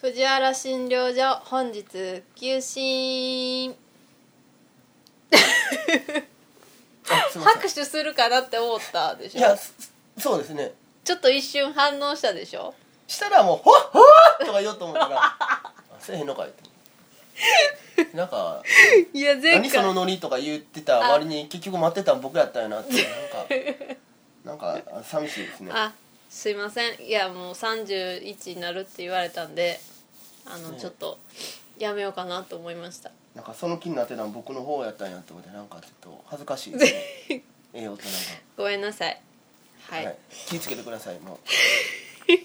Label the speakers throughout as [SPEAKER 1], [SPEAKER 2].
[SPEAKER 1] 藤原診療所本日休診
[SPEAKER 2] あすいません
[SPEAKER 1] 拍手するかなって思ったでし
[SPEAKER 2] いや
[SPEAKER 1] ょ
[SPEAKER 2] すそうですね
[SPEAKER 1] ちょっと一瞬反応したでしょ
[SPEAKER 2] したらもう「ほっほっ!」とか言おうと思ったら「あせえへんのかい」ってなんか
[SPEAKER 1] いや前
[SPEAKER 2] 何そ
[SPEAKER 1] 回
[SPEAKER 2] のノリとか言ってた割に結局待ってたん僕やったよなってな んかなんか寂しいですね
[SPEAKER 1] あすいませんいやもう31になるって言われたんであの、
[SPEAKER 2] ね
[SPEAKER 1] ちょっとやめようかなと思いました
[SPEAKER 2] なんかその気になってたん僕の方やったんやって思ってなんかちょっと恥ずかしいですねええ大人が
[SPEAKER 1] ごめんなさいはい、
[SPEAKER 2] はい、気ぃつけてくださいもう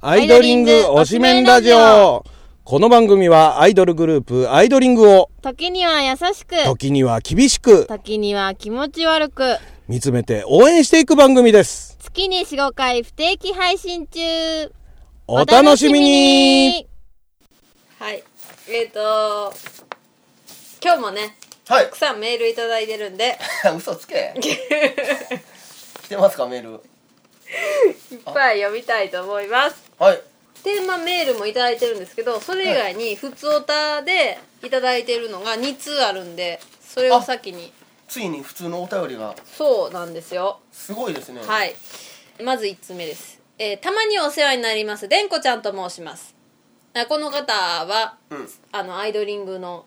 [SPEAKER 3] アイドリング推しメンラジオこの番組はアイドルグループアイドリングを
[SPEAKER 4] 時には優しく
[SPEAKER 3] 時には厳しく
[SPEAKER 4] 時には気持ち悪く
[SPEAKER 3] 見つめて応援していく番組です
[SPEAKER 4] 月に45回不定期配信中
[SPEAKER 3] お楽しみに
[SPEAKER 1] はいえっ、ー、と今日もね
[SPEAKER 2] は
[SPEAKER 1] たくさんメールいただいてるん で
[SPEAKER 2] い 嘘 つけ来てますかメール
[SPEAKER 1] いっぱい読みたいと思います
[SPEAKER 2] はい
[SPEAKER 1] テーマメールもいただいてるんですけどそれ以外に普通オタでいただいてるのが2通あるんでそれを先に
[SPEAKER 2] ついに普通のお便りが
[SPEAKER 1] そうなんですよ
[SPEAKER 2] すごいですね
[SPEAKER 1] はいまず1つ目です、えーたまにお世話になりますでんこちゃんと申しますあこの方は、
[SPEAKER 2] うん
[SPEAKER 1] あのアイドリングの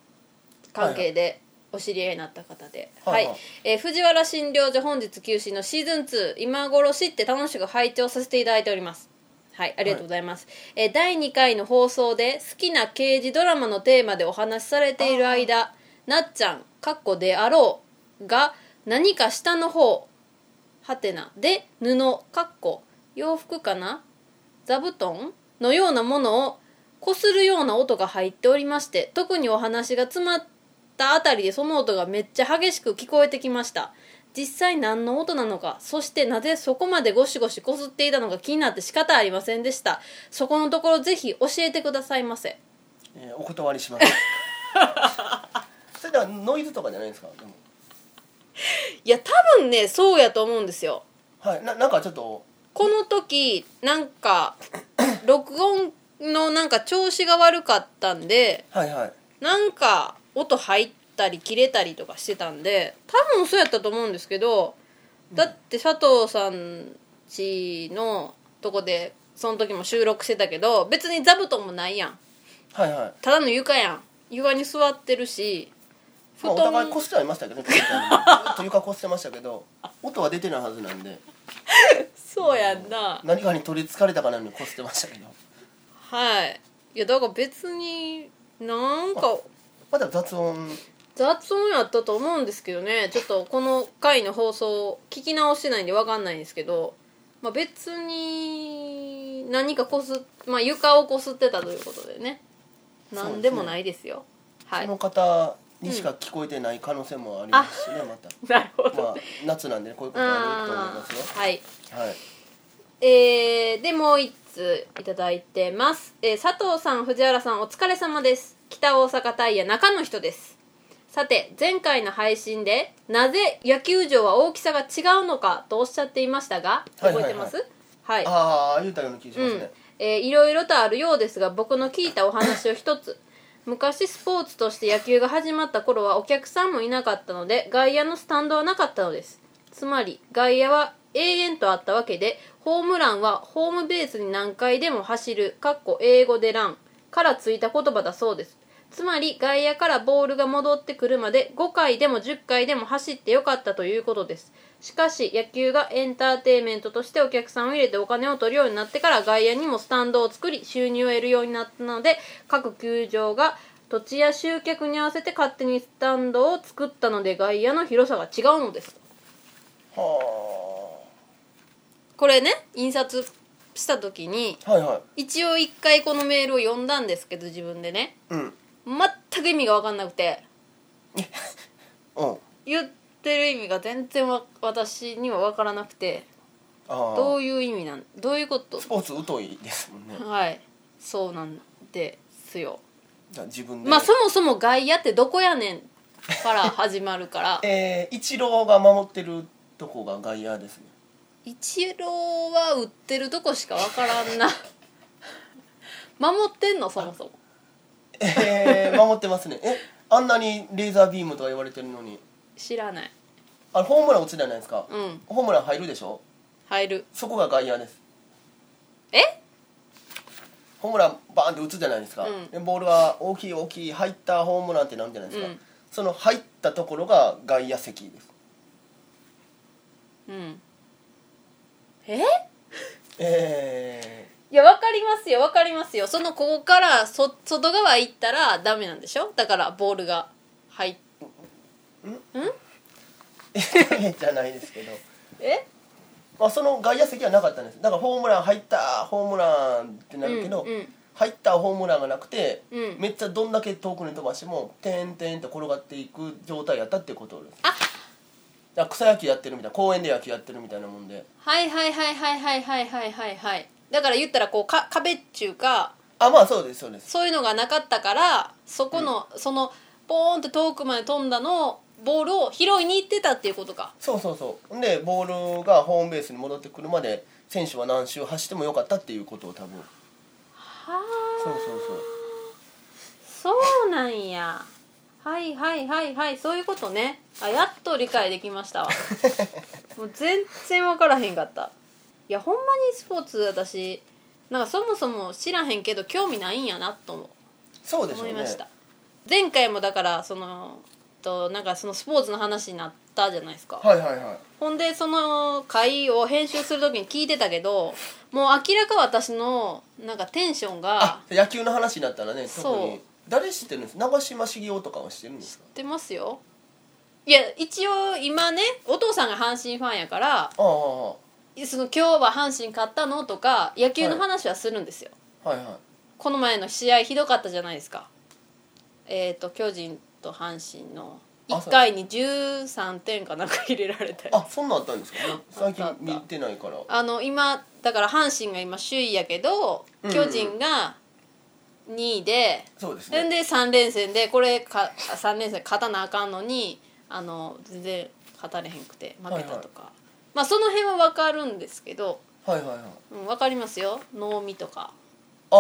[SPEAKER 1] 関係でお知り合いになった方では、
[SPEAKER 2] はいいはい
[SPEAKER 1] えー藤原診療所本日休止のシーズン2今頃知って楽しく拝聴させていただいておりますはいありがとうございます、えー第2回の放送で好きな刑事ドラマのテーマでお話しされている間なっちゃんかっこであろうが何か下の方はてなで布かっこ洋服かな座布団のようなものをこするような音が入っておりまして特にお話が詰まったあたりでその音がめっちゃ激しく聞こえてきました実際何の音なのかそしてなぜそこまでゴシゴシこすっていたのか気になって仕方ありませんでしたそこのところぜひ教えてくださいませ
[SPEAKER 2] えーお断りしますそれではノイズとかじゃないんですかでも
[SPEAKER 1] いや多分ねそうやと思うんですよ
[SPEAKER 2] はいななんかちょっと
[SPEAKER 1] この時なんか録音のなんか調子が悪かったんで
[SPEAKER 2] はいはい
[SPEAKER 1] なんか音入ったり切れたりとかしてたんで多分そうやったと思うんですけどだって佐藤さんちのとこでその時も収録してたけど別に座布団もないやん
[SPEAKER 2] はいはい
[SPEAKER 1] ただの床やん床に座ってるし布
[SPEAKER 2] まあ、お
[SPEAKER 1] 団
[SPEAKER 2] 互いこしてはいましたけどねず っと床こしてましたけど音は出てないはずなんで
[SPEAKER 1] そうやんな
[SPEAKER 2] 何かに取りつかれたかなのようにこしてましたけど
[SPEAKER 1] はいいやだから別になんか
[SPEAKER 2] まだ雑音
[SPEAKER 1] 雑音やったと思うんですけどねちょっとこの回の放送を聞き直してないんで分かんないんですけど、まあ、別に何かこす、まあ、床をこすってたということでね
[SPEAKER 2] そうですね
[SPEAKER 1] 何でもないですよは
[SPEAKER 2] そ
[SPEAKER 1] い
[SPEAKER 2] の方にしか聞こえてない可能性もありますしね、また
[SPEAKER 1] なるほ
[SPEAKER 2] ま
[SPEAKER 1] ど、
[SPEAKER 2] あ夏なんでねこういうことがあると思い
[SPEAKER 1] あ
[SPEAKER 2] ますよ
[SPEAKER 1] ーはい
[SPEAKER 2] はい
[SPEAKER 1] えー、でもう一通いただいてます、えー佐藤さん藤原さんお疲れ様です北大阪タイヤ中の人ですさて前回の配信でなぜ野球場は大きさが違うのかとおっしゃっていましたが
[SPEAKER 2] はいは
[SPEAKER 1] 覚え
[SPEAKER 2] いはい
[SPEAKER 1] てますはい
[SPEAKER 2] ああ言うたような気がしますね、
[SPEAKER 1] うんえーいろいろとあるようですが僕の聞いたお話を一つ 昔スポーツとして野球が始まった頃はお客さんもいなかったので外野のスタンドはなかったのですつまり外野は永遠とあったわけでホームランはホームベースに何回でも走るかっこ英語でランからついた言葉だそうですつまり外野からボールが戻ってくるまで5回でも10回でも走ってよかったということですしかし野球がエンターテインメントとしてお客さんを入れてお金を取るようになってから外野にもスタンドを作り収入を得るようになったので各球場が土地や集客に合わせて勝手にスタンドを作ったので外野の広さが違うのです
[SPEAKER 2] は
[SPEAKER 1] これね印刷した時に
[SPEAKER 2] あはいはい
[SPEAKER 1] 一応一回このメールを読んだんですけど自分でね
[SPEAKER 2] うん
[SPEAKER 1] 全く意味が分かんなくて
[SPEAKER 2] うん
[SPEAKER 1] 言ってる意味が全然わ私には分からなくて
[SPEAKER 2] あ
[SPEAKER 1] ど
[SPEAKER 2] あ
[SPEAKER 1] ういう意味なんどういうこと
[SPEAKER 2] スポーツ疎いですもんね
[SPEAKER 1] はいそうなんですよ、
[SPEAKER 2] じゃあ自分で
[SPEAKER 1] まあそもそも外野ってどこやねんから始まるから
[SPEAKER 2] えー、イチローが守ってるとこが外野ですね
[SPEAKER 1] イチローは売ってるとこしか分からんな守ってんのそもそも
[SPEAKER 2] え ー、守ってますねえあんなにレーザービームとか言われてるのに
[SPEAKER 1] 知らない
[SPEAKER 2] あれホームラン落ちるじゃないですか、
[SPEAKER 1] うん
[SPEAKER 2] ホームラン入るでしょ
[SPEAKER 1] 入る
[SPEAKER 2] そこが外野です
[SPEAKER 1] え
[SPEAKER 2] ホームランバーンって打つじゃないですか、
[SPEAKER 1] うん
[SPEAKER 2] でボールが大きい大きい入ったホームランってなるじゃないですか、
[SPEAKER 1] うん
[SPEAKER 2] その入ったところが外野席です
[SPEAKER 1] うんえ
[SPEAKER 2] え
[SPEAKER 1] いやわかりますよわかりますよそのここからそ外側行ったらダメなんでしょだからボールが入っ
[SPEAKER 2] ー、 じゃないですけど、
[SPEAKER 1] え
[SPEAKER 2] まあ、その外野席はなかったんですだからホームラン入ったホームランってなるけど、
[SPEAKER 1] うんうん
[SPEAKER 2] 入ったホームランがなくて、
[SPEAKER 1] うん
[SPEAKER 2] めっちゃどんだけ遠くに飛ばしてもてんてんって転がっていく状態やったっていうことです
[SPEAKER 1] あ
[SPEAKER 2] だから草野球やってるみたいな公園で野球やってるみたいなもんで
[SPEAKER 1] はいはいはいはいはいはいはいはいはいだから言ったらこうか壁っちゅうか
[SPEAKER 2] あまあそうですそうです
[SPEAKER 1] そういうのがなかったからそこの、そのポーンって遠くまで飛んだのをボールを拾いに行ってたっていうことか
[SPEAKER 2] そうそうそうんでボールがホームベースに戻ってくるまで選手は何周走ってもよかったっていうことを多分
[SPEAKER 1] はあ
[SPEAKER 2] そうそうそう
[SPEAKER 1] そうなんやはいはいはいはいそういうことねあやっと理解できました わもう全然分からへんかったいやほんまにスポーツ私なんかそもそも知らへんけど興味ないんやなと思う
[SPEAKER 2] そうでしょう
[SPEAKER 1] 思
[SPEAKER 2] ね
[SPEAKER 1] いました、前回もだからそのとなんかそのスポーツの話になったじゃないですか、
[SPEAKER 2] はいはいはい
[SPEAKER 1] ほんでその回を編集する時に聞いてたけどもう明らか私のなんかテンションが
[SPEAKER 2] あ野球の話になったらね特
[SPEAKER 1] そう
[SPEAKER 2] に誰知ってるんです長嶋茂雄とかは知ってるんですか
[SPEAKER 1] 出ますよいや一応今ねお父さんが阪神ファンやから
[SPEAKER 2] あああ
[SPEAKER 1] その今日は阪神勝ったのとか野球の話はするんですよ、
[SPEAKER 2] あはいはい
[SPEAKER 1] この前の試合ひどかったじゃないですかえっ、と巨人と阪神の
[SPEAKER 2] あそ
[SPEAKER 1] 1
[SPEAKER 2] う
[SPEAKER 1] 回に13点かなんか入れられたよ
[SPEAKER 2] あそんなんあったんですかね最近見てないから
[SPEAKER 1] あの今だから阪神が今首位やけど
[SPEAKER 2] うん
[SPEAKER 1] 巨人が2位で、
[SPEAKER 2] そうです
[SPEAKER 1] ん
[SPEAKER 2] ね
[SPEAKER 1] で3連戦でこれか3連戦勝たなあかんのにあの全然勝たれへんくて負けたとか、まあその辺は分かるんですけど、
[SPEAKER 2] はいはいはいあ
[SPEAKER 1] うん、分かりますよ能見とか、
[SPEAKER 2] あ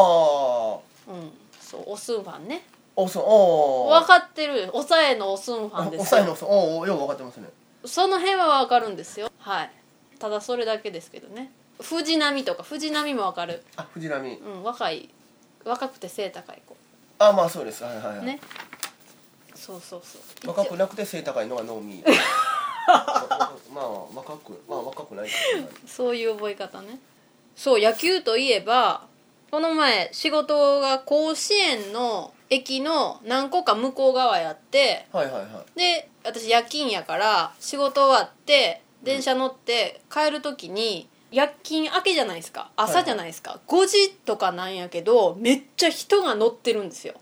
[SPEAKER 1] うん、そうオスンファンね
[SPEAKER 2] おそうお
[SPEAKER 1] 分かってる抑えのオスンファン
[SPEAKER 2] お
[SPEAKER 1] です
[SPEAKER 2] 抑えの
[SPEAKER 1] よ
[SPEAKER 2] おそうおおよく分かってますね
[SPEAKER 1] その辺は分かるんですよはいただそれだけですけどね藤浪とか藤浪も分かる
[SPEAKER 2] あ藤浪
[SPEAKER 1] うん、若い若くて背高い子
[SPEAKER 2] あまあそうですはいはいはい
[SPEAKER 1] ねそうそうそう
[SPEAKER 2] 若
[SPEAKER 1] 一
[SPEAKER 2] く
[SPEAKER 1] 応
[SPEAKER 2] なくて背高いのがノー ミーまあ若くまあ若くないか
[SPEAKER 1] そういう覚え方ねそう野球といえばこの前仕事が甲子園の駅の何個か向こう側やって
[SPEAKER 2] らないはいはいはい
[SPEAKER 1] で私夜勤やから仕事終わって電車乗って帰る時に夜勤明けじゃないですか朝じゃないですか、5時とかなんやけどめっちゃ人が乗ってるんですよ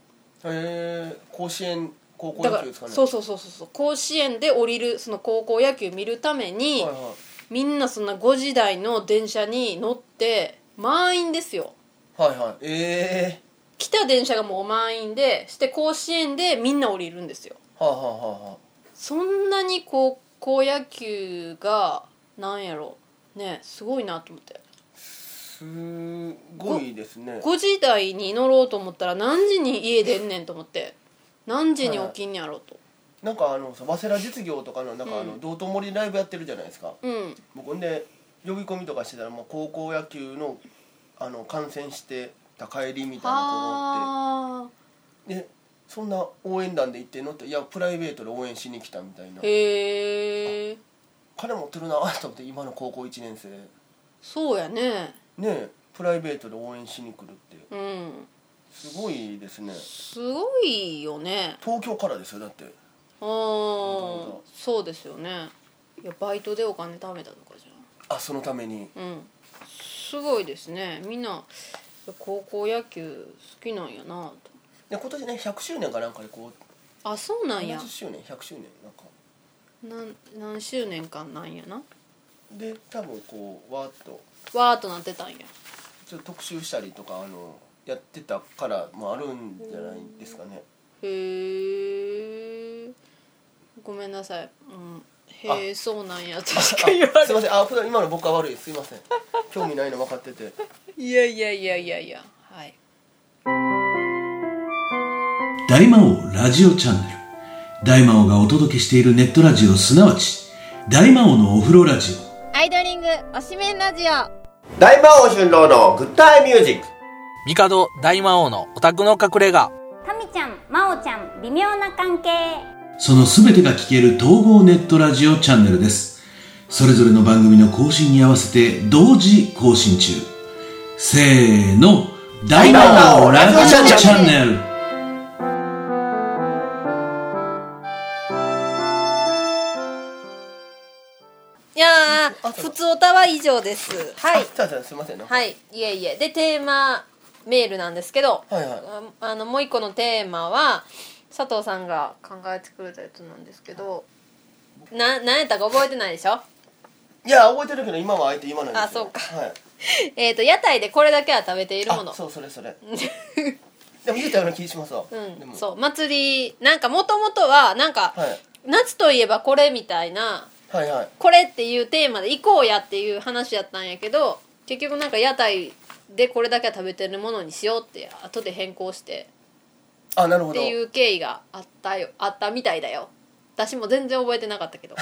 [SPEAKER 2] へえ甲子園高校
[SPEAKER 1] だか
[SPEAKER 2] 野球
[SPEAKER 1] ら
[SPEAKER 2] ですかね
[SPEAKER 1] そうそうそうそうそう甲子園で降りるその高校野球見るために、
[SPEAKER 2] はいは
[SPEAKER 1] みんなそんな5時台の電車に乗って満員ですよ
[SPEAKER 2] いはいはいええ
[SPEAKER 1] 来た電車がもう満員でして甲子園でみんな降りるんですよ
[SPEAKER 2] はあはあはあは
[SPEAKER 1] そんなに高校野球がなんやろねすごいなと思って
[SPEAKER 2] あすごいですね
[SPEAKER 1] 5時台に乗ろうと思ったら何時に家出んねんと思って何時に起きんやろと、
[SPEAKER 2] なんかあのさ早稲田実業とかのなんかあ
[SPEAKER 1] う
[SPEAKER 2] の道頓堀でライブやってるじゃないですか
[SPEAKER 1] うん
[SPEAKER 2] 僕ほんで呼び込みとかしてたらもう高校野球のあの観戦してた帰りみたいな子がおって
[SPEAKER 1] はあ
[SPEAKER 2] でそんな応援団で行ってんのっていやプライベートで応援しに来たみたいな
[SPEAKER 1] へえ
[SPEAKER 2] 金持ってるなと思って今の高校1年生ね
[SPEAKER 1] そうやね
[SPEAKER 2] えプライベートで応援しに来るって
[SPEAKER 1] うん
[SPEAKER 2] すごいですね
[SPEAKER 1] すごいよね
[SPEAKER 2] 東京からですよだって
[SPEAKER 1] あーそうですよねいやバイトでお金貯めたとかじ
[SPEAKER 2] あそのために
[SPEAKER 1] ゃんうんすごいですねみんないや高校野球好きなんやなと
[SPEAKER 2] で今年ね100周年かなんかでこう
[SPEAKER 1] あそうなんや
[SPEAKER 2] 70周年100周年なんか
[SPEAKER 1] なん何周年間なんやな
[SPEAKER 2] で多分こうわーっと
[SPEAKER 1] わーっとなってたんや
[SPEAKER 2] ちょっと特集したりとかあのやってたからもあるんじゃないですかね
[SPEAKER 1] へえごめんなさい、うん、へえそうなんやと
[SPEAKER 2] あ
[SPEAKER 1] しか言わ
[SPEAKER 2] すいませんあ普段今の僕は悪いですいません興味ないの分かってて
[SPEAKER 1] んいやいやいやいやいやはい
[SPEAKER 5] 大魔王ラジオチャンネル大魔王がお届けしているネットラジオすなわち大魔王のお風呂ラジオ
[SPEAKER 4] アイドリング推しメンラジオ
[SPEAKER 6] 大魔王春郎のグッタイミュージック
[SPEAKER 7] 帝大魔王のオタクの隠れ家
[SPEAKER 8] タミちゃん、マオちゃん、微妙な関係。
[SPEAKER 5] その全てが聞ける統合ネットラジオチャンネルですそれぞれの番組の更新に合わせて同時更新中せーの大魔王ラジオチャンネル
[SPEAKER 1] いやー普通おたは以上ですはい
[SPEAKER 2] あすいませんすいませんなんか
[SPEAKER 1] はいいえいえでテーマメールなんですけど、
[SPEAKER 2] はいはい
[SPEAKER 1] ああのもう一個のテーマは佐藤さんが考えてくれたやつなんですけどな何やったか覚えてないでしょ
[SPEAKER 2] いや覚えてるけど今はあえて言わないんですよ
[SPEAKER 1] あそうか
[SPEAKER 2] はい
[SPEAKER 1] えっと屋台でこれだけは食べているもの
[SPEAKER 2] あそうそれそれでも言うたような気しますわ、で
[SPEAKER 1] うん、
[SPEAKER 2] も
[SPEAKER 1] そう祭りなんかもともとはなんか、
[SPEAKER 2] はい
[SPEAKER 1] 夏といえばこれみたいな
[SPEAKER 2] はいはい
[SPEAKER 1] これっていうテーマで行こうやっていう話やったんやけど結局なんか屋台でこれだけは食べてるものにしようって後で変更して
[SPEAKER 2] あなるほ
[SPEAKER 1] っ
[SPEAKER 2] ど
[SPEAKER 1] ていう経緯があったよあったみたいだよ私も全然覚えてなかった けど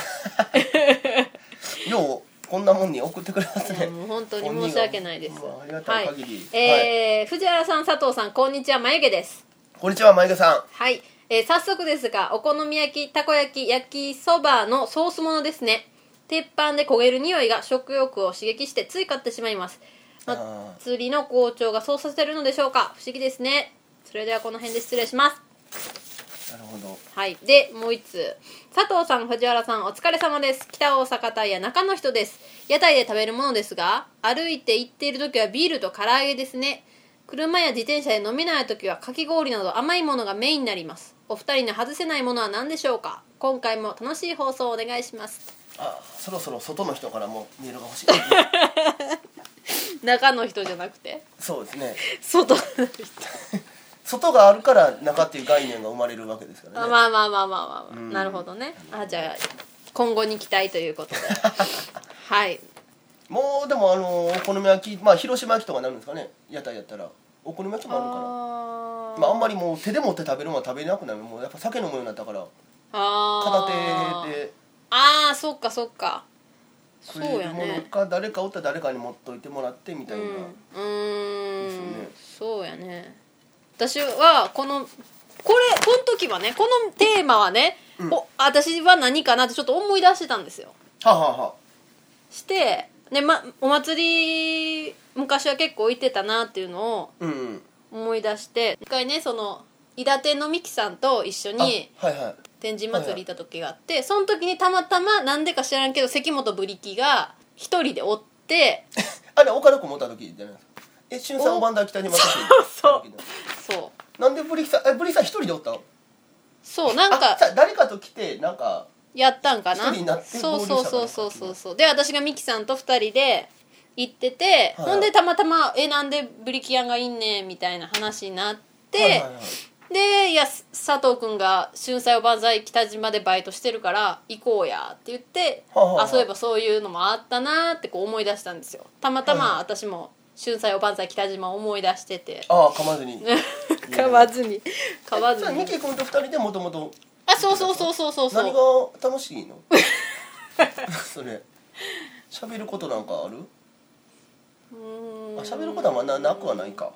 [SPEAKER 2] ようこんなもんに送ってくれます
[SPEAKER 1] いや
[SPEAKER 2] ね
[SPEAKER 1] もう本当に申し訳ないです
[SPEAKER 2] 本人がもうありがたい限り、
[SPEAKER 1] はいえー藤原さん佐藤さんこんにちは眉毛です
[SPEAKER 2] こんにちは前田さん
[SPEAKER 1] はい、えー早速ですがお好み焼きたこ焼き焼きそばのソースものですね鉄板で焦げる匂いが食欲を刺激してつい買ってしまいます
[SPEAKER 2] あ
[SPEAKER 1] 祭りの校長がそうさせるのでしょうか不思議ですねそれではこの辺で失礼します
[SPEAKER 2] なるほど
[SPEAKER 1] はい。で、もう一通。佐藤さん、藤原さん、お疲れ様です。北大阪タイヤ中の人です。屋台で食べるものですが、歩いて行っている時はビールと唐揚げですね。車や自転車で飲めない時はかき氷など甘いものがメインになります。お二人の外せないものは何でしょうか今回も楽しい放送をお願いします。
[SPEAKER 2] あそろそろ外の人からもメールが欲しい
[SPEAKER 1] 中の人じゃなくて、
[SPEAKER 2] そうですね
[SPEAKER 1] 外の人。
[SPEAKER 2] 外があるから中っていう概念が生まれるわけですから
[SPEAKER 1] あ
[SPEAKER 2] ね
[SPEAKER 1] まあまあまあまあまあ、まあなるほどね。あ、じゃあ、今後に期待という ことで。はい。
[SPEAKER 2] もうでもあのお好み焼きまあ広島焼きとかなるんですかね屋台やったらお好み焼きもあるのかな
[SPEAKER 1] あー
[SPEAKER 2] まあ、あんまりもう手で持って食べるのは食べれなくなるもうやっぱ酒飲むようになったから
[SPEAKER 1] あ
[SPEAKER 2] 片手で
[SPEAKER 1] ああそっかそっかそ
[SPEAKER 2] 食
[SPEAKER 1] う
[SPEAKER 2] える
[SPEAKER 1] や
[SPEAKER 2] もの
[SPEAKER 1] ね
[SPEAKER 2] か誰かおったら誰かに持っといてもらってみた
[SPEAKER 1] う
[SPEAKER 2] いな、
[SPEAKER 1] んうーん、
[SPEAKER 2] ですね
[SPEAKER 1] そうやね私はこのこれこの時はねこのテーマはね、お私は何かなってちょっと思い出してたんですよ
[SPEAKER 2] はあはあはあ
[SPEAKER 1] してで、ま、お祭り昔は結構行ってたなっていうのを
[SPEAKER 2] うんうん
[SPEAKER 1] 思い出して一回ねその伊達の美樹さんと一緒
[SPEAKER 2] あ
[SPEAKER 1] に
[SPEAKER 2] はいはい
[SPEAKER 1] 天神祭り行った時があってその時にたまたまなんでか知らんけど関本ブリキが一人でおって
[SPEAKER 2] あれ岡田君持った時じゃないですかえしゅんさん
[SPEAKER 1] お
[SPEAKER 2] おばんだ北にま た
[SPEAKER 1] そうそう
[SPEAKER 2] なんでブリキさんえブリキさん一人でおったの
[SPEAKER 1] そうなん
[SPEAKER 2] あ
[SPEAKER 1] か
[SPEAKER 2] さ誰かと来てなんか
[SPEAKER 1] やったんか
[SPEAKER 2] 一
[SPEAKER 1] な
[SPEAKER 2] 人になって合
[SPEAKER 1] そう
[SPEAKER 2] 流した
[SPEAKER 1] そう
[SPEAKER 2] のか
[SPEAKER 1] そ
[SPEAKER 2] な
[SPEAKER 1] うそうそうそうで私がミキさんと二人で行ってて、
[SPEAKER 2] はい
[SPEAKER 1] ほんでたまたま「えなんでブリキアンがいんねん」みたいな話になって、
[SPEAKER 2] はいはいはい
[SPEAKER 1] でいやす佐藤君が「春菜おばんざい北島でバイトしてるから行こうや」って言って、
[SPEAKER 2] はあはあはあ
[SPEAKER 1] あそういえばそういうのもあったなーってこう思い出したんですよたまた
[SPEAKER 2] はい
[SPEAKER 1] ま
[SPEAKER 2] はい
[SPEAKER 1] 私も「春菜おばんざい北島」を思い出してて
[SPEAKER 2] ああ噛まずに
[SPEAKER 1] 買わずに買わず
[SPEAKER 2] じゃあ
[SPEAKER 1] に
[SPEAKER 2] ミキ君と二人でもともと
[SPEAKER 1] あそうそうそうそうそうそう
[SPEAKER 2] 何が楽し いのそれ喋ることなんかあるあ喋ることはまあななくはないか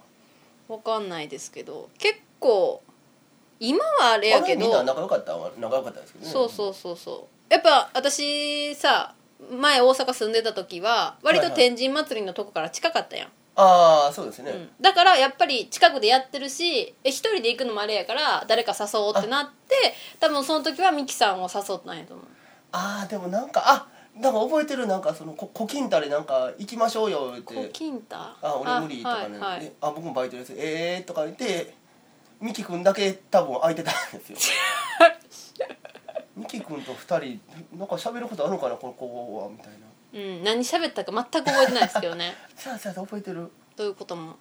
[SPEAKER 1] わかんないですけど結構今はあれやけ
[SPEAKER 2] あれみんな
[SPEAKER 1] ど
[SPEAKER 2] 仲良かったは仲良かったですけどね
[SPEAKER 1] そうそうそうそうやっぱ私さ前大阪住んでた時は割と
[SPEAKER 2] はいはい
[SPEAKER 1] 天神祭りのとこから近かったやん、
[SPEAKER 2] ああそうですね、
[SPEAKER 1] うんだからやっぱり近くでやってるしえ一人で行くのもあれやから誰か誘おうってなって多分その時はミキさんを誘ったんやと思う
[SPEAKER 2] ああでもなんかあなんか覚えてるなんかそのこコキンタでなんか行きましょうよっ
[SPEAKER 1] こう
[SPEAKER 2] て
[SPEAKER 1] 金太
[SPEAKER 2] あ俺無理とかね
[SPEAKER 1] はいはい
[SPEAKER 2] であ僕もバイトですええー、とか言ってミキ君だけ多分空いてたんですよ ミキ君と二人なんか喋ることあるのかなこの子はみたいな
[SPEAKER 1] うん、何喋ったか全く覚えてないですけどね
[SPEAKER 2] さあさあ覚えてる
[SPEAKER 1] そういうことも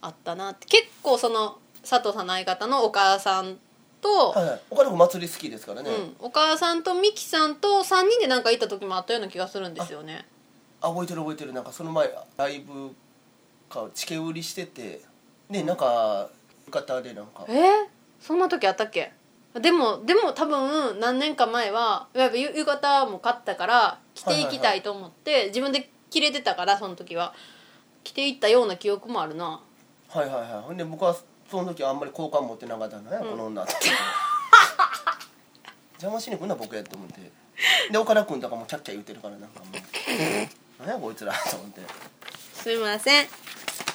[SPEAKER 1] あったなって結構その佐藤さんの相方のお母さんと、
[SPEAKER 2] はいはい岡田君祭り好きですからね、
[SPEAKER 1] うん、お母さんとミキさんと3人でなんか行った時もあったような気がするんですよね
[SPEAKER 2] あ覚えてる覚えてるなんかその前ライブかチケ売りしててでなんか方でなんか
[SPEAKER 1] えそんな時あったっけでもでも多分何年か前はやっぱゆ浴衣も買ったから着ていきたいと思って、自分で着れてたからその時は着ていったような記憶もあるな
[SPEAKER 2] はいはいはいほんで僕はその時あんまり好感持ってなかったのね、この女って 邪魔しに来んな僕やと思ってで岡田君とかもキャッキャ言ってるからなんか もうなんやこいつら と思って
[SPEAKER 1] すいません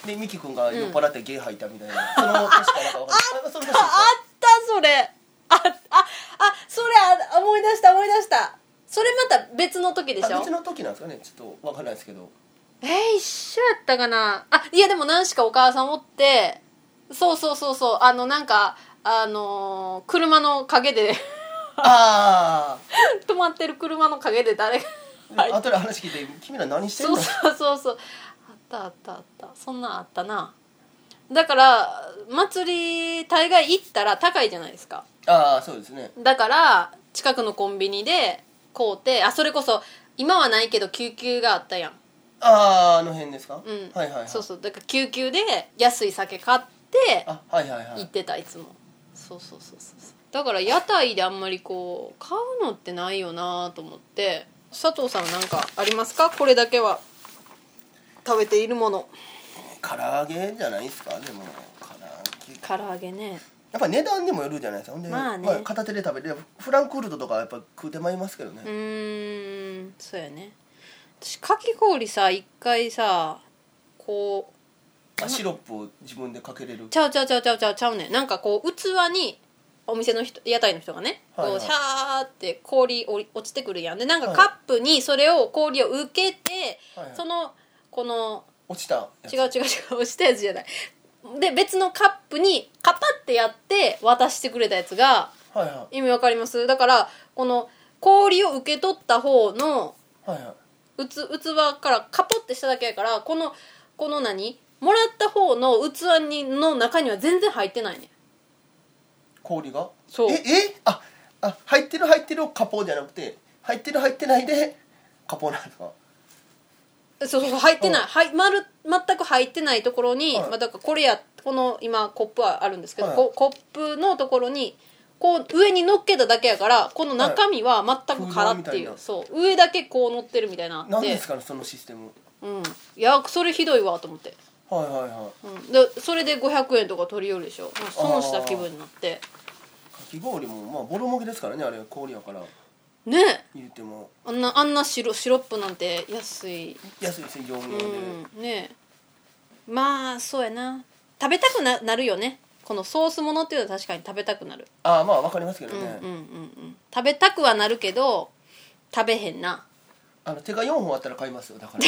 [SPEAKER 2] でミキ君が酔っ払ってゲイ吐いたみたいな、その年かなんか分かんないあその年
[SPEAKER 1] あったそれあああそれあ思い出した思い出したそれまた別の時でし
[SPEAKER 2] あ
[SPEAKER 1] ょ
[SPEAKER 2] 別の時なんですかねちょっと分かんないです けど
[SPEAKER 1] えー、一緒やったかなあいやでも何しかお母さんおってそうそうそうそうあのなんかあのー車の陰で
[SPEAKER 2] あ
[SPEAKER 1] 止まってる車の陰で誰が
[SPEAKER 2] あ後で話聞いて「君ら何してん
[SPEAKER 1] そう
[SPEAKER 2] の?」
[SPEAKER 1] そうそうそうあったあったあったそんなんあったなだから祭り大概行ったら高いじゃないですか
[SPEAKER 2] ああそうですね
[SPEAKER 1] だから近くのコンビニで買うてあそれこそ今はないけど救急があったやん
[SPEAKER 2] あああの辺ですか、
[SPEAKER 1] うん
[SPEAKER 2] はいはいはい
[SPEAKER 1] そうそうだから救急で安い酒買って
[SPEAKER 2] あはいはいは
[SPEAKER 1] 行っ
[SPEAKER 2] い
[SPEAKER 1] てたいつもそうそうそうそうそうだから屋台であんまりこう買うのってないよなと思って佐藤さんは何かありますかこれだけは食べているもの
[SPEAKER 2] 唐揚げじゃないですかでも唐揚げ
[SPEAKER 1] 唐揚げね
[SPEAKER 2] やっぱ値段にもよるじゃないですかほんで、
[SPEAKER 1] まあね
[SPEAKER 2] 片手で食べれるフランクフルトとかはやっぱ食うてまいりますけどね、
[SPEAKER 1] うーんそうやね私かき氷さ一回さこう
[SPEAKER 2] あシロップを自分でかけれる
[SPEAKER 1] ちゃうちゃうちゃうちゃうちゃうちゃうねんなんかこう器にお店の人屋台の人がね、
[SPEAKER 2] はいはい
[SPEAKER 1] こうシャーって氷おり落ちてくるやんでなんか
[SPEAKER 2] はい
[SPEAKER 1] カップにそれを氷を受けて、
[SPEAKER 2] はいはい
[SPEAKER 1] そのこの
[SPEAKER 2] 落ちたやつ
[SPEAKER 1] 違う違う違う押したやつじゃないで別のカップにカパってやって渡してくれたやつが
[SPEAKER 2] はいは
[SPEAKER 1] 意味わかりますだからこの氷を受け取った方の
[SPEAKER 2] いはいはいう
[SPEAKER 1] つ器からカポってしただけやからこのこの何もらった方の器にの中には全然入ってないね
[SPEAKER 2] 氷が
[SPEAKER 1] そう
[SPEAKER 2] ええああ入ってる入ってるカポじゃなくて入ってる入ってないでカポなんですか
[SPEAKER 1] そうそうそう入ってない、
[SPEAKER 2] うん
[SPEAKER 1] はい、まる全く入ってないところに、
[SPEAKER 2] はい
[SPEAKER 1] まあ、だからこれやこの今コップはあるんですけど、
[SPEAKER 2] はい
[SPEAKER 1] こコップのところにこう上に乗っけただけやからこの中身は全く空っていう,、
[SPEAKER 2] はい
[SPEAKER 1] そう上だけこう乗ってるみたいな
[SPEAKER 2] 何ですかねそのシステム
[SPEAKER 1] うん、いやそれひどいわと思って、
[SPEAKER 2] はいはいは
[SPEAKER 1] うん、でそれで500円とか取り寄るでしょもう損した気分になって
[SPEAKER 2] いかき氷もまあボロもぎですからねあれ氷やから
[SPEAKER 1] ねえ
[SPEAKER 2] 言っても
[SPEAKER 1] あんなあんなシロシロップなんて安い
[SPEAKER 2] 安いですよ業務用で、
[SPEAKER 1] うんねえまあそうやな食べたくななるよねこのソースものっていうのは確かに食べたくなる、
[SPEAKER 2] ああまあわかりますけど
[SPEAKER 1] うん
[SPEAKER 2] ね、
[SPEAKER 1] うんうんうん食べたくはなるけど食べへんな
[SPEAKER 2] あの手が4本あったら買いますよだから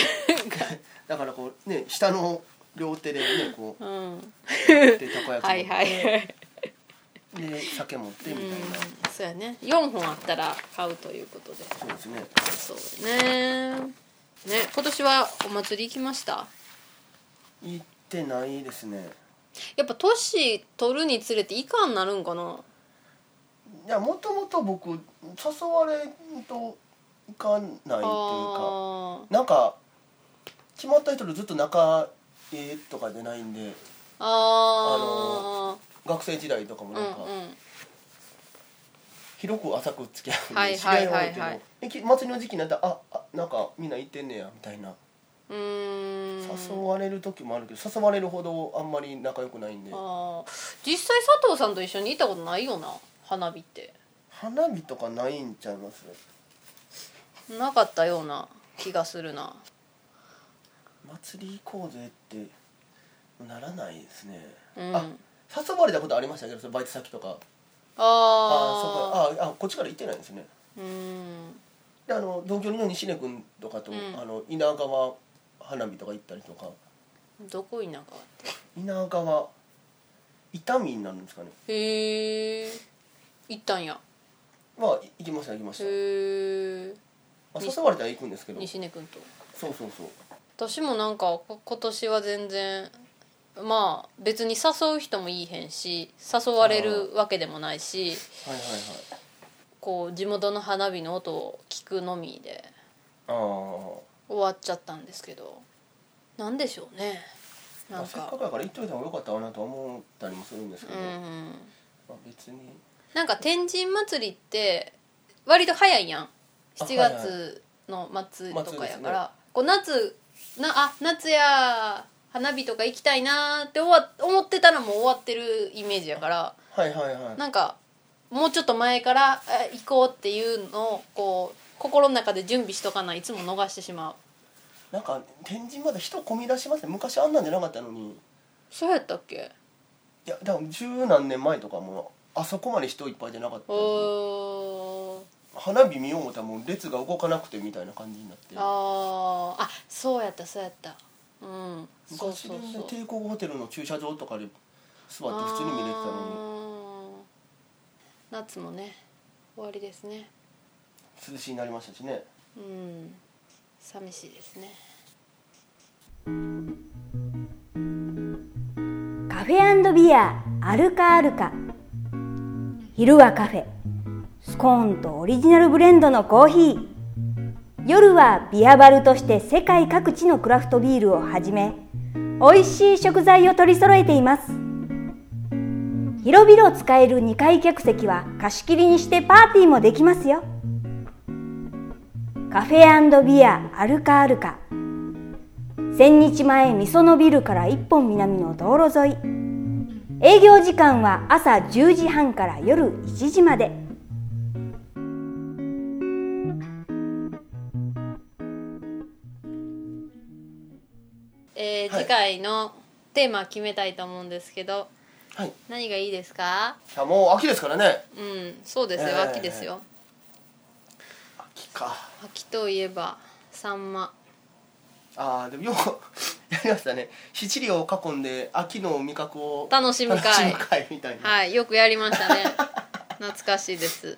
[SPEAKER 2] だからこうね下の両手でねこう
[SPEAKER 1] うん
[SPEAKER 2] でたこ焼き持って
[SPEAKER 1] はいはいはい
[SPEAKER 2] で酒持ってみたいな、
[SPEAKER 1] そうやね4本あったら買うということで
[SPEAKER 2] そうですね
[SPEAKER 1] そうねね今年はお祭り行きました
[SPEAKER 2] 行ってないですね
[SPEAKER 1] やっぱ年取るにつれていかんなるんかない
[SPEAKER 2] やもともと僕誘われんといかないという
[SPEAKER 1] あ
[SPEAKER 2] か
[SPEAKER 1] ー
[SPEAKER 2] なんか決まった人とずっと仲ええとかでないんで
[SPEAKER 1] あ
[SPEAKER 2] 学生時代とかも
[SPEAKER 1] ーう
[SPEAKER 2] なんか、
[SPEAKER 1] んうん
[SPEAKER 2] 広く浅く付き合
[SPEAKER 1] は
[SPEAKER 2] うん
[SPEAKER 1] い
[SPEAKER 2] で知り合い多
[SPEAKER 1] はいい
[SPEAKER 2] けど、
[SPEAKER 1] はいはい
[SPEAKER 2] えき祭りの時期になったらああなんかみんな行ってんねやみたいな
[SPEAKER 1] うーん
[SPEAKER 2] 誘われる時もあるけど誘われるほどあんまり仲良くないんで
[SPEAKER 1] あー実際佐藤さんと一緒にいたことないよな花火って
[SPEAKER 2] 花火とかないんちゃいます
[SPEAKER 1] なかったような気がするな
[SPEAKER 2] 祭り行こうぜってならないですね、
[SPEAKER 1] うん
[SPEAKER 2] あ誘われたことありましたけどそのバイト先とか
[SPEAKER 1] ああ
[SPEAKER 2] ああそこああこっちから行ってないんですね
[SPEAKER 1] うーん
[SPEAKER 2] であの同居の西根君とかと、
[SPEAKER 1] ん
[SPEAKER 2] あの稲川花火とか行ったりとか
[SPEAKER 1] どこ田舎って
[SPEAKER 2] 稲川伊丹になるんですかね
[SPEAKER 1] へえ行ったんや
[SPEAKER 2] まあい行きました行きました、
[SPEAKER 1] へえ
[SPEAKER 2] まあ、誘われたら行くんですけど
[SPEAKER 1] 西根君と
[SPEAKER 2] そうそうそう
[SPEAKER 1] 私もなんかこ今年は全然まあ別に誘う人もいいへんし誘われるわけでもないし
[SPEAKER 2] はいはい
[SPEAKER 1] こう地元の花火の音を聞くのみで
[SPEAKER 2] はいああ
[SPEAKER 1] 終わっちゃったんですけどなんでしょうねなん
[SPEAKER 2] せっ
[SPEAKER 1] か
[SPEAKER 2] かくだから言っといた方が良かったかなとは思ったりもするんですけ
[SPEAKER 1] う
[SPEAKER 2] ど、
[SPEAKER 1] ん
[SPEAKER 2] まあ、別に
[SPEAKER 1] なんか天神祭りって割と早いやん7
[SPEAKER 2] はいはい
[SPEAKER 1] 月の末とかや
[SPEAKER 2] 末
[SPEAKER 1] か
[SPEAKER 2] ですね
[SPEAKER 1] ら、こう夏なあ夏や花火とか行きたいなーって終わ思ってたらもう終わってるイメージやから
[SPEAKER 2] はいはいはい
[SPEAKER 1] なんかもうちょっと前からあ行こうっていうのをこう心の中で準備しとかないいつも逃してしまう
[SPEAKER 2] なんか天神まで人混み出しますね昔あんなんじゃなかったのに
[SPEAKER 1] そうやったっけ
[SPEAKER 2] いやだから十何年前とかもあそこまで人いっぱいじゃなかった
[SPEAKER 1] おー
[SPEAKER 2] 花火見よう思ったらもう列が動かなくてみたいな感じになって
[SPEAKER 1] あーあそうやったそうやったうんそう
[SPEAKER 2] 昔
[SPEAKER 1] そう
[SPEAKER 2] でね
[SPEAKER 1] そう
[SPEAKER 2] 帝国ホテルの駐車場とかで座って普通に見れてたの
[SPEAKER 1] あー夏もね終わりですね
[SPEAKER 2] に涼しいになりましたしね
[SPEAKER 1] うん寂しいですね
[SPEAKER 8] カフェビアアルカアルカ昼はカフェスコーンとオリジナルブレンドのコーヒー夜はビアバルとして世界各地のクラフトビールをはじめ美味しい食材を取り揃えています広々使える2階客席は貸し切りにしてパーティーもできますよカフェビアアルカアルカ千日前みそのビルから一本南の道路沿い営業時間は朝10時半から夜1時まで
[SPEAKER 1] えー
[SPEAKER 2] はい
[SPEAKER 1] 次回のテーマ決めたいと思うんですけど
[SPEAKER 2] はいい
[SPEAKER 1] 何がいいですか
[SPEAKER 2] やもう秋ですからね
[SPEAKER 1] うんそうですよ、
[SPEAKER 2] えー
[SPEAKER 1] 秋ですよ
[SPEAKER 2] 秋か
[SPEAKER 1] 秋といえばサンマ
[SPEAKER 2] ああでもようやりましたね七里を囲んで秋の味覚を
[SPEAKER 1] 楽しむ会
[SPEAKER 2] 楽しむ会みたいな、
[SPEAKER 1] はいよくやりました ね懐かしいです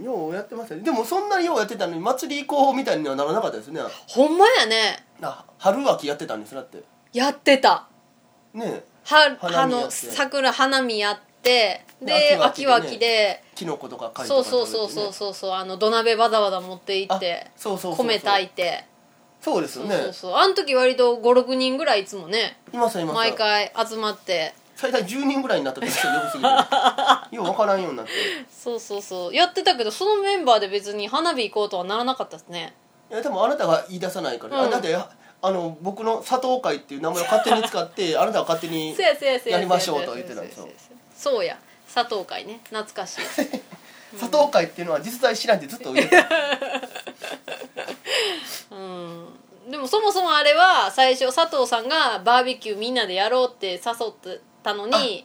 [SPEAKER 2] ようやってましたねでもそんなにようやってたのに祭り行こうみたいにはならなかったですね
[SPEAKER 1] ほんまやね
[SPEAKER 2] な春秋やってたんですだって
[SPEAKER 1] やってた
[SPEAKER 2] ねえ
[SPEAKER 1] はあ
[SPEAKER 2] 花見や
[SPEAKER 1] の
[SPEAKER 2] って
[SPEAKER 1] 桜花見やってで
[SPEAKER 2] で
[SPEAKER 1] 秋
[SPEAKER 2] 秋
[SPEAKER 1] は
[SPEAKER 2] は
[SPEAKER 1] 秋
[SPEAKER 2] 秋でね
[SPEAKER 1] で
[SPEAKER 2] キノコとか貝
[SPEAKER 1] そ
[SPEAKER 2] と
[SPEAKER 1] う
[SPEAKER 2] か
[SPEAKER 1] そうそうそうそうそうあの土鍋わざわざ持って行って
[SPEAKER 2] あそうそうそうそう
[SPEAKER 1] 米炊いて
[SPEAKER 2] そうそうです
[SPEAKER 1] そ
[SPEAKER 2] よ
[SPEAKER 1] う
[SPEAKER 2] ね
[SPEAKER 1] そうそうあの時割と56人ぐらいいつもね
[SPEAKER 2] いましたいました
[SPEAKER 1] 毎回集まって
[SPEAKER 2] 最大10人ぐらいになった時ちょっと呼びすぎてよう分からんようになって
[SPEAKER 1] そうそうそうやってたけどそのメンバーで別に花火行こうとはならなかったですね
[SPEAKER 2] いや多分あなたが言い出さないから、
[SPEAKER 1] うん
[SPEAKER 2] あだってあの僕の佐藤会っていう名前を勝手に使ってあなたは勝手に
[SPEAKER 1] せやせやせやせや
[SPEAKER 2] やりましょうとは言ってたんですよ
[SPEAKER 1] そうや佐藤会ね懐かしい
[SPEAKER 2] 佐藤会っていうのは実在知らんってずっと言って た
[SPEAKER 1] でもそもそもあれは最初佐藤さんがバーベキューみんなでやろうって誘ってたのに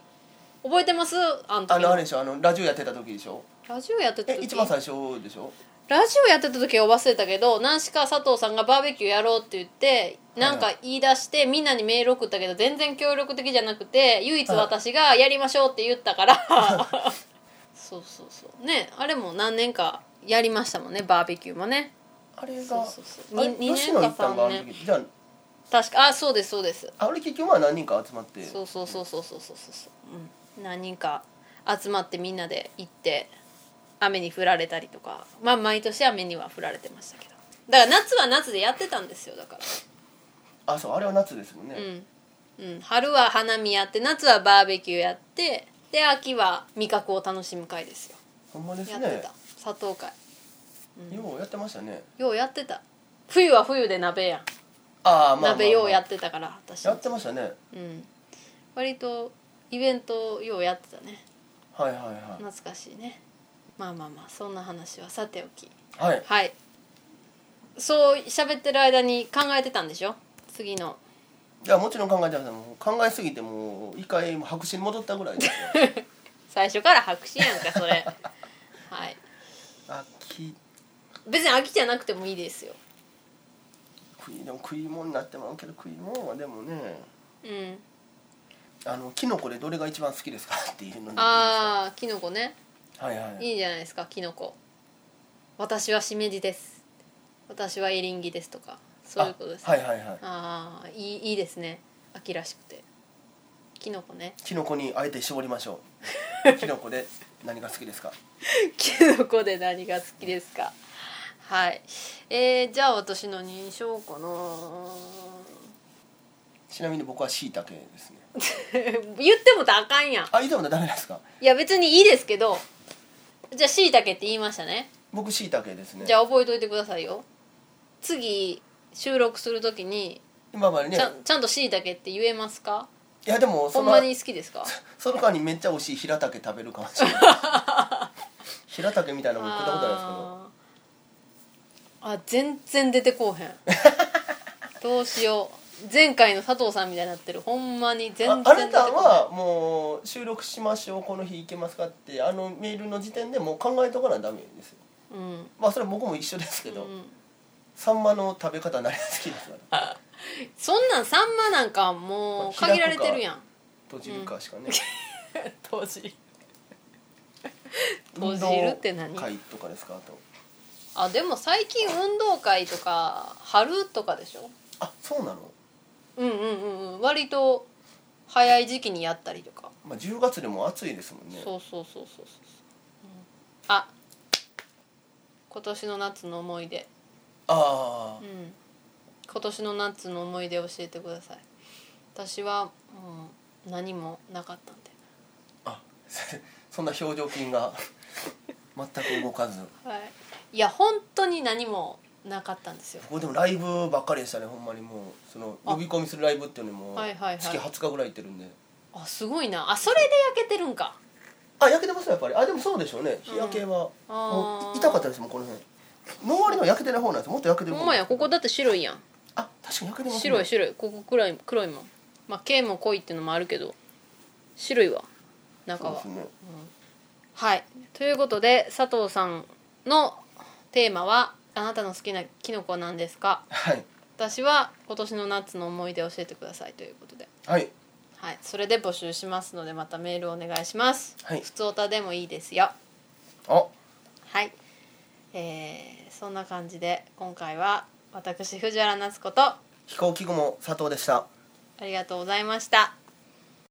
[SPEAKER 1] 覚えてますあの
[SPEAKER 2] あ
[SPEAKER 1] 時
[SPEAKER 2] のあれでしょあのラジオやってた時でしょ
[SPEAKER 1] ラジオやってた
[SPEAKER 2] え
[SPEAKER 1] 時
[SPEAKER 2] 一番最初でしょ
[SPEAKER 1] ラジオやってた時は忘れたけど何しか佐藤さんがバーベキューやろうって言ってなんか言い出してみんなにメール送ったけど全然協力的じゃなくて唯一私がやりましょうって言った からそうそうそうねあれも何年かやりましたもんねバーベキューもね
[SPEAKER 2] あれが
[SPEAKER 1] そうそうそう
[SPEAKER 2] あれ
[SPEAKER 1] に
[SPEAKER 2] 吉野行ったんかあ
[SPEAKER 1] 二年か
[SPEAKER 2] の
[SPEAKER 1] 三
[SPEAKER 2] 時じゃ
[SPEAKER 1] 確かあそうですそうです
[SPEAKER 2] ああれ結局まあ何人か集まって
[SPEAKER 1] そうそうそうそうそうそうそうそう、うん、何人か集まってみんなで行って雨に降られたりとかまあ毎年雨には降られてましたけどだから夏は夏でやってたんですよだか
[SPEAKER 2] あそうあれは夏ですもんね、
[SPEAKER 1] らうん、うん、春は花見やって夏はバーベキューやってで秋は味覚を楽しむ会ですよ
[SPEAKER 2] ほんまです
[SPEAKER 1] やっ
[SPEAKER 2] ね
[SPEAKER 1] てた砂糖会
[SPEAKER 2] ようやってましたね
[SPEAKER 1] ようやってた冬は冬で鍋やん
[SPEAKER 2] ああまあまあ、まあ、
[SPEAKER 1] 鍋ようやってたから私
[SPEAKER 2] やってましたね
[SPEAKER 1] うん割とイベントようやってたね
[SPEAKER 2] はいはいは
[SPEAKER 1] 懐かしいねまあまあまあそんな話はさておき
[SPEAKER 2] いはい
[SPEAKER 1] はいそう喋ってる間に考えてたんでしょ次の
[SPEAKER 2] いやもちろん考えてましたもう考えすぎてもう一回白紙に戻ったぐらいですよ
[SPEAKER 1] 最初から白紙やんかそ れはい
[SPEAKER 2] 秋
[SPEAKER 1] 別に飽きじゃなくてもいいですよ
[SPEAKER 2] 食いでも食い物になってまうけど食い物はでもね
[SPEAKER 1] うん
[SPEAKER 2] あのキノコでどれが一番好きですかっていうのに
[SPEAKER 1] ああキノコね
[SPEAKER 2] はいはい
[SPEAKER 1] いいじゃないですかキノコ私はしめじです私はエリンギですとかそういうことです、
[SPEAKER 2] あはいはいはい
[SPEAKER 1] ああいいいいですね秋らしくてキノコね
[SPEAKER 2] キノコにあえて絞りましょうキノコで何が好きですか
[SPEAKER 1] キノコで何が好きですかはいえー、じゃあ私の認証かな
[SPEAKER 2] ちなみに僕は椎茸ですね
[SPEAKER 1] 言ってもたらあかんやん
[SPEAKER 2] あ言うてもダメなんですか
[SPEAKER 1] いや別にいいですけどじゃあしいたけって言いましたね
[SPEAKER 2] 僕椎茸ですね
[SPEAKER 1] じゃあ覚えといてくださいよ次収録するときに
[SPEAKER 2] 今までね
[SPEAKER 1] ちゃんちゃんとしいたけって言えますか
[SPEAKER 2] いやでも
[SPEAKER 1] ほ
[SPEAKER 2] そ
[SPEAKER 1] ん
[SPEAKER 2] の
[SPEAKER 1] まに好きですか
[SPEAKER 2] その間にめっちゃ美味しい平竹食べるかもしれない 平竹みたいなもん食ったことないですけ
[SPEAKER 1] あ
[SPEAKER 2] ど
[SPEAKER 1] ーあ全然出てこう へんどうしよう前回の佐藤さんみたいになってるほんまに全然
[SPEAKER 2] あ
[SPEAKER 1] 出
[SPEAKER 2] あ
[SPEAKER 1] て
[SPEAKER 2] な
[SPEAKER 1] こう
[SPEAKER 2] たはもう収録しましょうこの日行けますかってあのメールの時点でもう考えとかなダメですよ
[SPEAKER 1] へんうん
[SPEAKER 2] まあそれは僕も一緒ですけど、サンマの食べ方何が好きですから
[SPEAKER 1] そんなんさんまなんかもう限られてるやん
[SPEAKER 2] 閉じるかしかね、
[SPEAKER 1] 閉じ
[SPEAKER 2] 運
[SPEAKER 1] 閉
[SPEAKER 2] 動
[SPEAKER 1] じるって何
[SPEAKER 2] 会とかですかあと
[SPEAKER 1] あでも最近運動会とか春とかでしょ
[SPEAKER 2] あそうなの、
[SPEAKER 1] うんうんうんうん割と早い時期にやったりとか
[SPEAKER 2] まあ、10月でも暑いですもんね
[SPEAKER 1] そうそうそうそうそう、うん、あ今年の夏の思い出
[SPEAKER 2] ああ、
[SPEAKER 1] うん今年の夏の思い出教えてください私はもう何もなかったんで
[SPEAKER 2] あ そんな表情筋が 全く動かず
[SPEAKER 1] はいいや本当に何もなかったんですよ
[SPEAKER 2] ここでもライブばっかりでしたねほんまにもうその
[SPEAKER 1] あ
[SPEAKER 2] 呼び込みするライブっていうのにも
[SPEAKER 1] はいはいはい
[SPEAKER 2] 月20日ぐらい行ってるんで
[SPEAKER 1] あすごいなあそれで焼けてるんか
[SPEAKER 2] あ焼けてますねやっぱりあでもそうでしょうね日焼けは、
[SPEAKER 1] あー
[SPEAKER 2] もう痛かったですもんこの辺ノー割りの焼けてない方なんですよもっと焼けてる
[SPEAKER 1] ほ
[SPEAKER 2] 方
[SPEAKER 1] んまやここだって白いやん
[SPEAKER 2] あ確かに焼けてますね
[SPEAKER 1] 白い白いここ黒い黒いもんまあ毛も濃いっていうのもあるけど白いわ中
[SPEAKER 2] そう
[SPEAKER 1] は
[SPEAKER 2] ですね
[SPEAKER 1] はいということで佐藤さんのテーマは「あなたの好きなキノコなんですか?
[SPEAKER 2] はい」
[SPEAKER 1] 私は今年の夏の思い出を教えてくださいということで
[SPEAKER 2] はい
[SPEAKER 1] はいそれで募集しますのでまたメールお願いします、
[SPEAKER 2] はい
[SPEAKER 1] 普通おたでもいいですよ
[SPEAKER 2] あ
[SPEAKER 1] はいえー、そんな感じで今回は私藤原夏子とあ
[SPEAKER 2] 飛行機雲佐藤でした
[SPEAKER 1] りがとうございました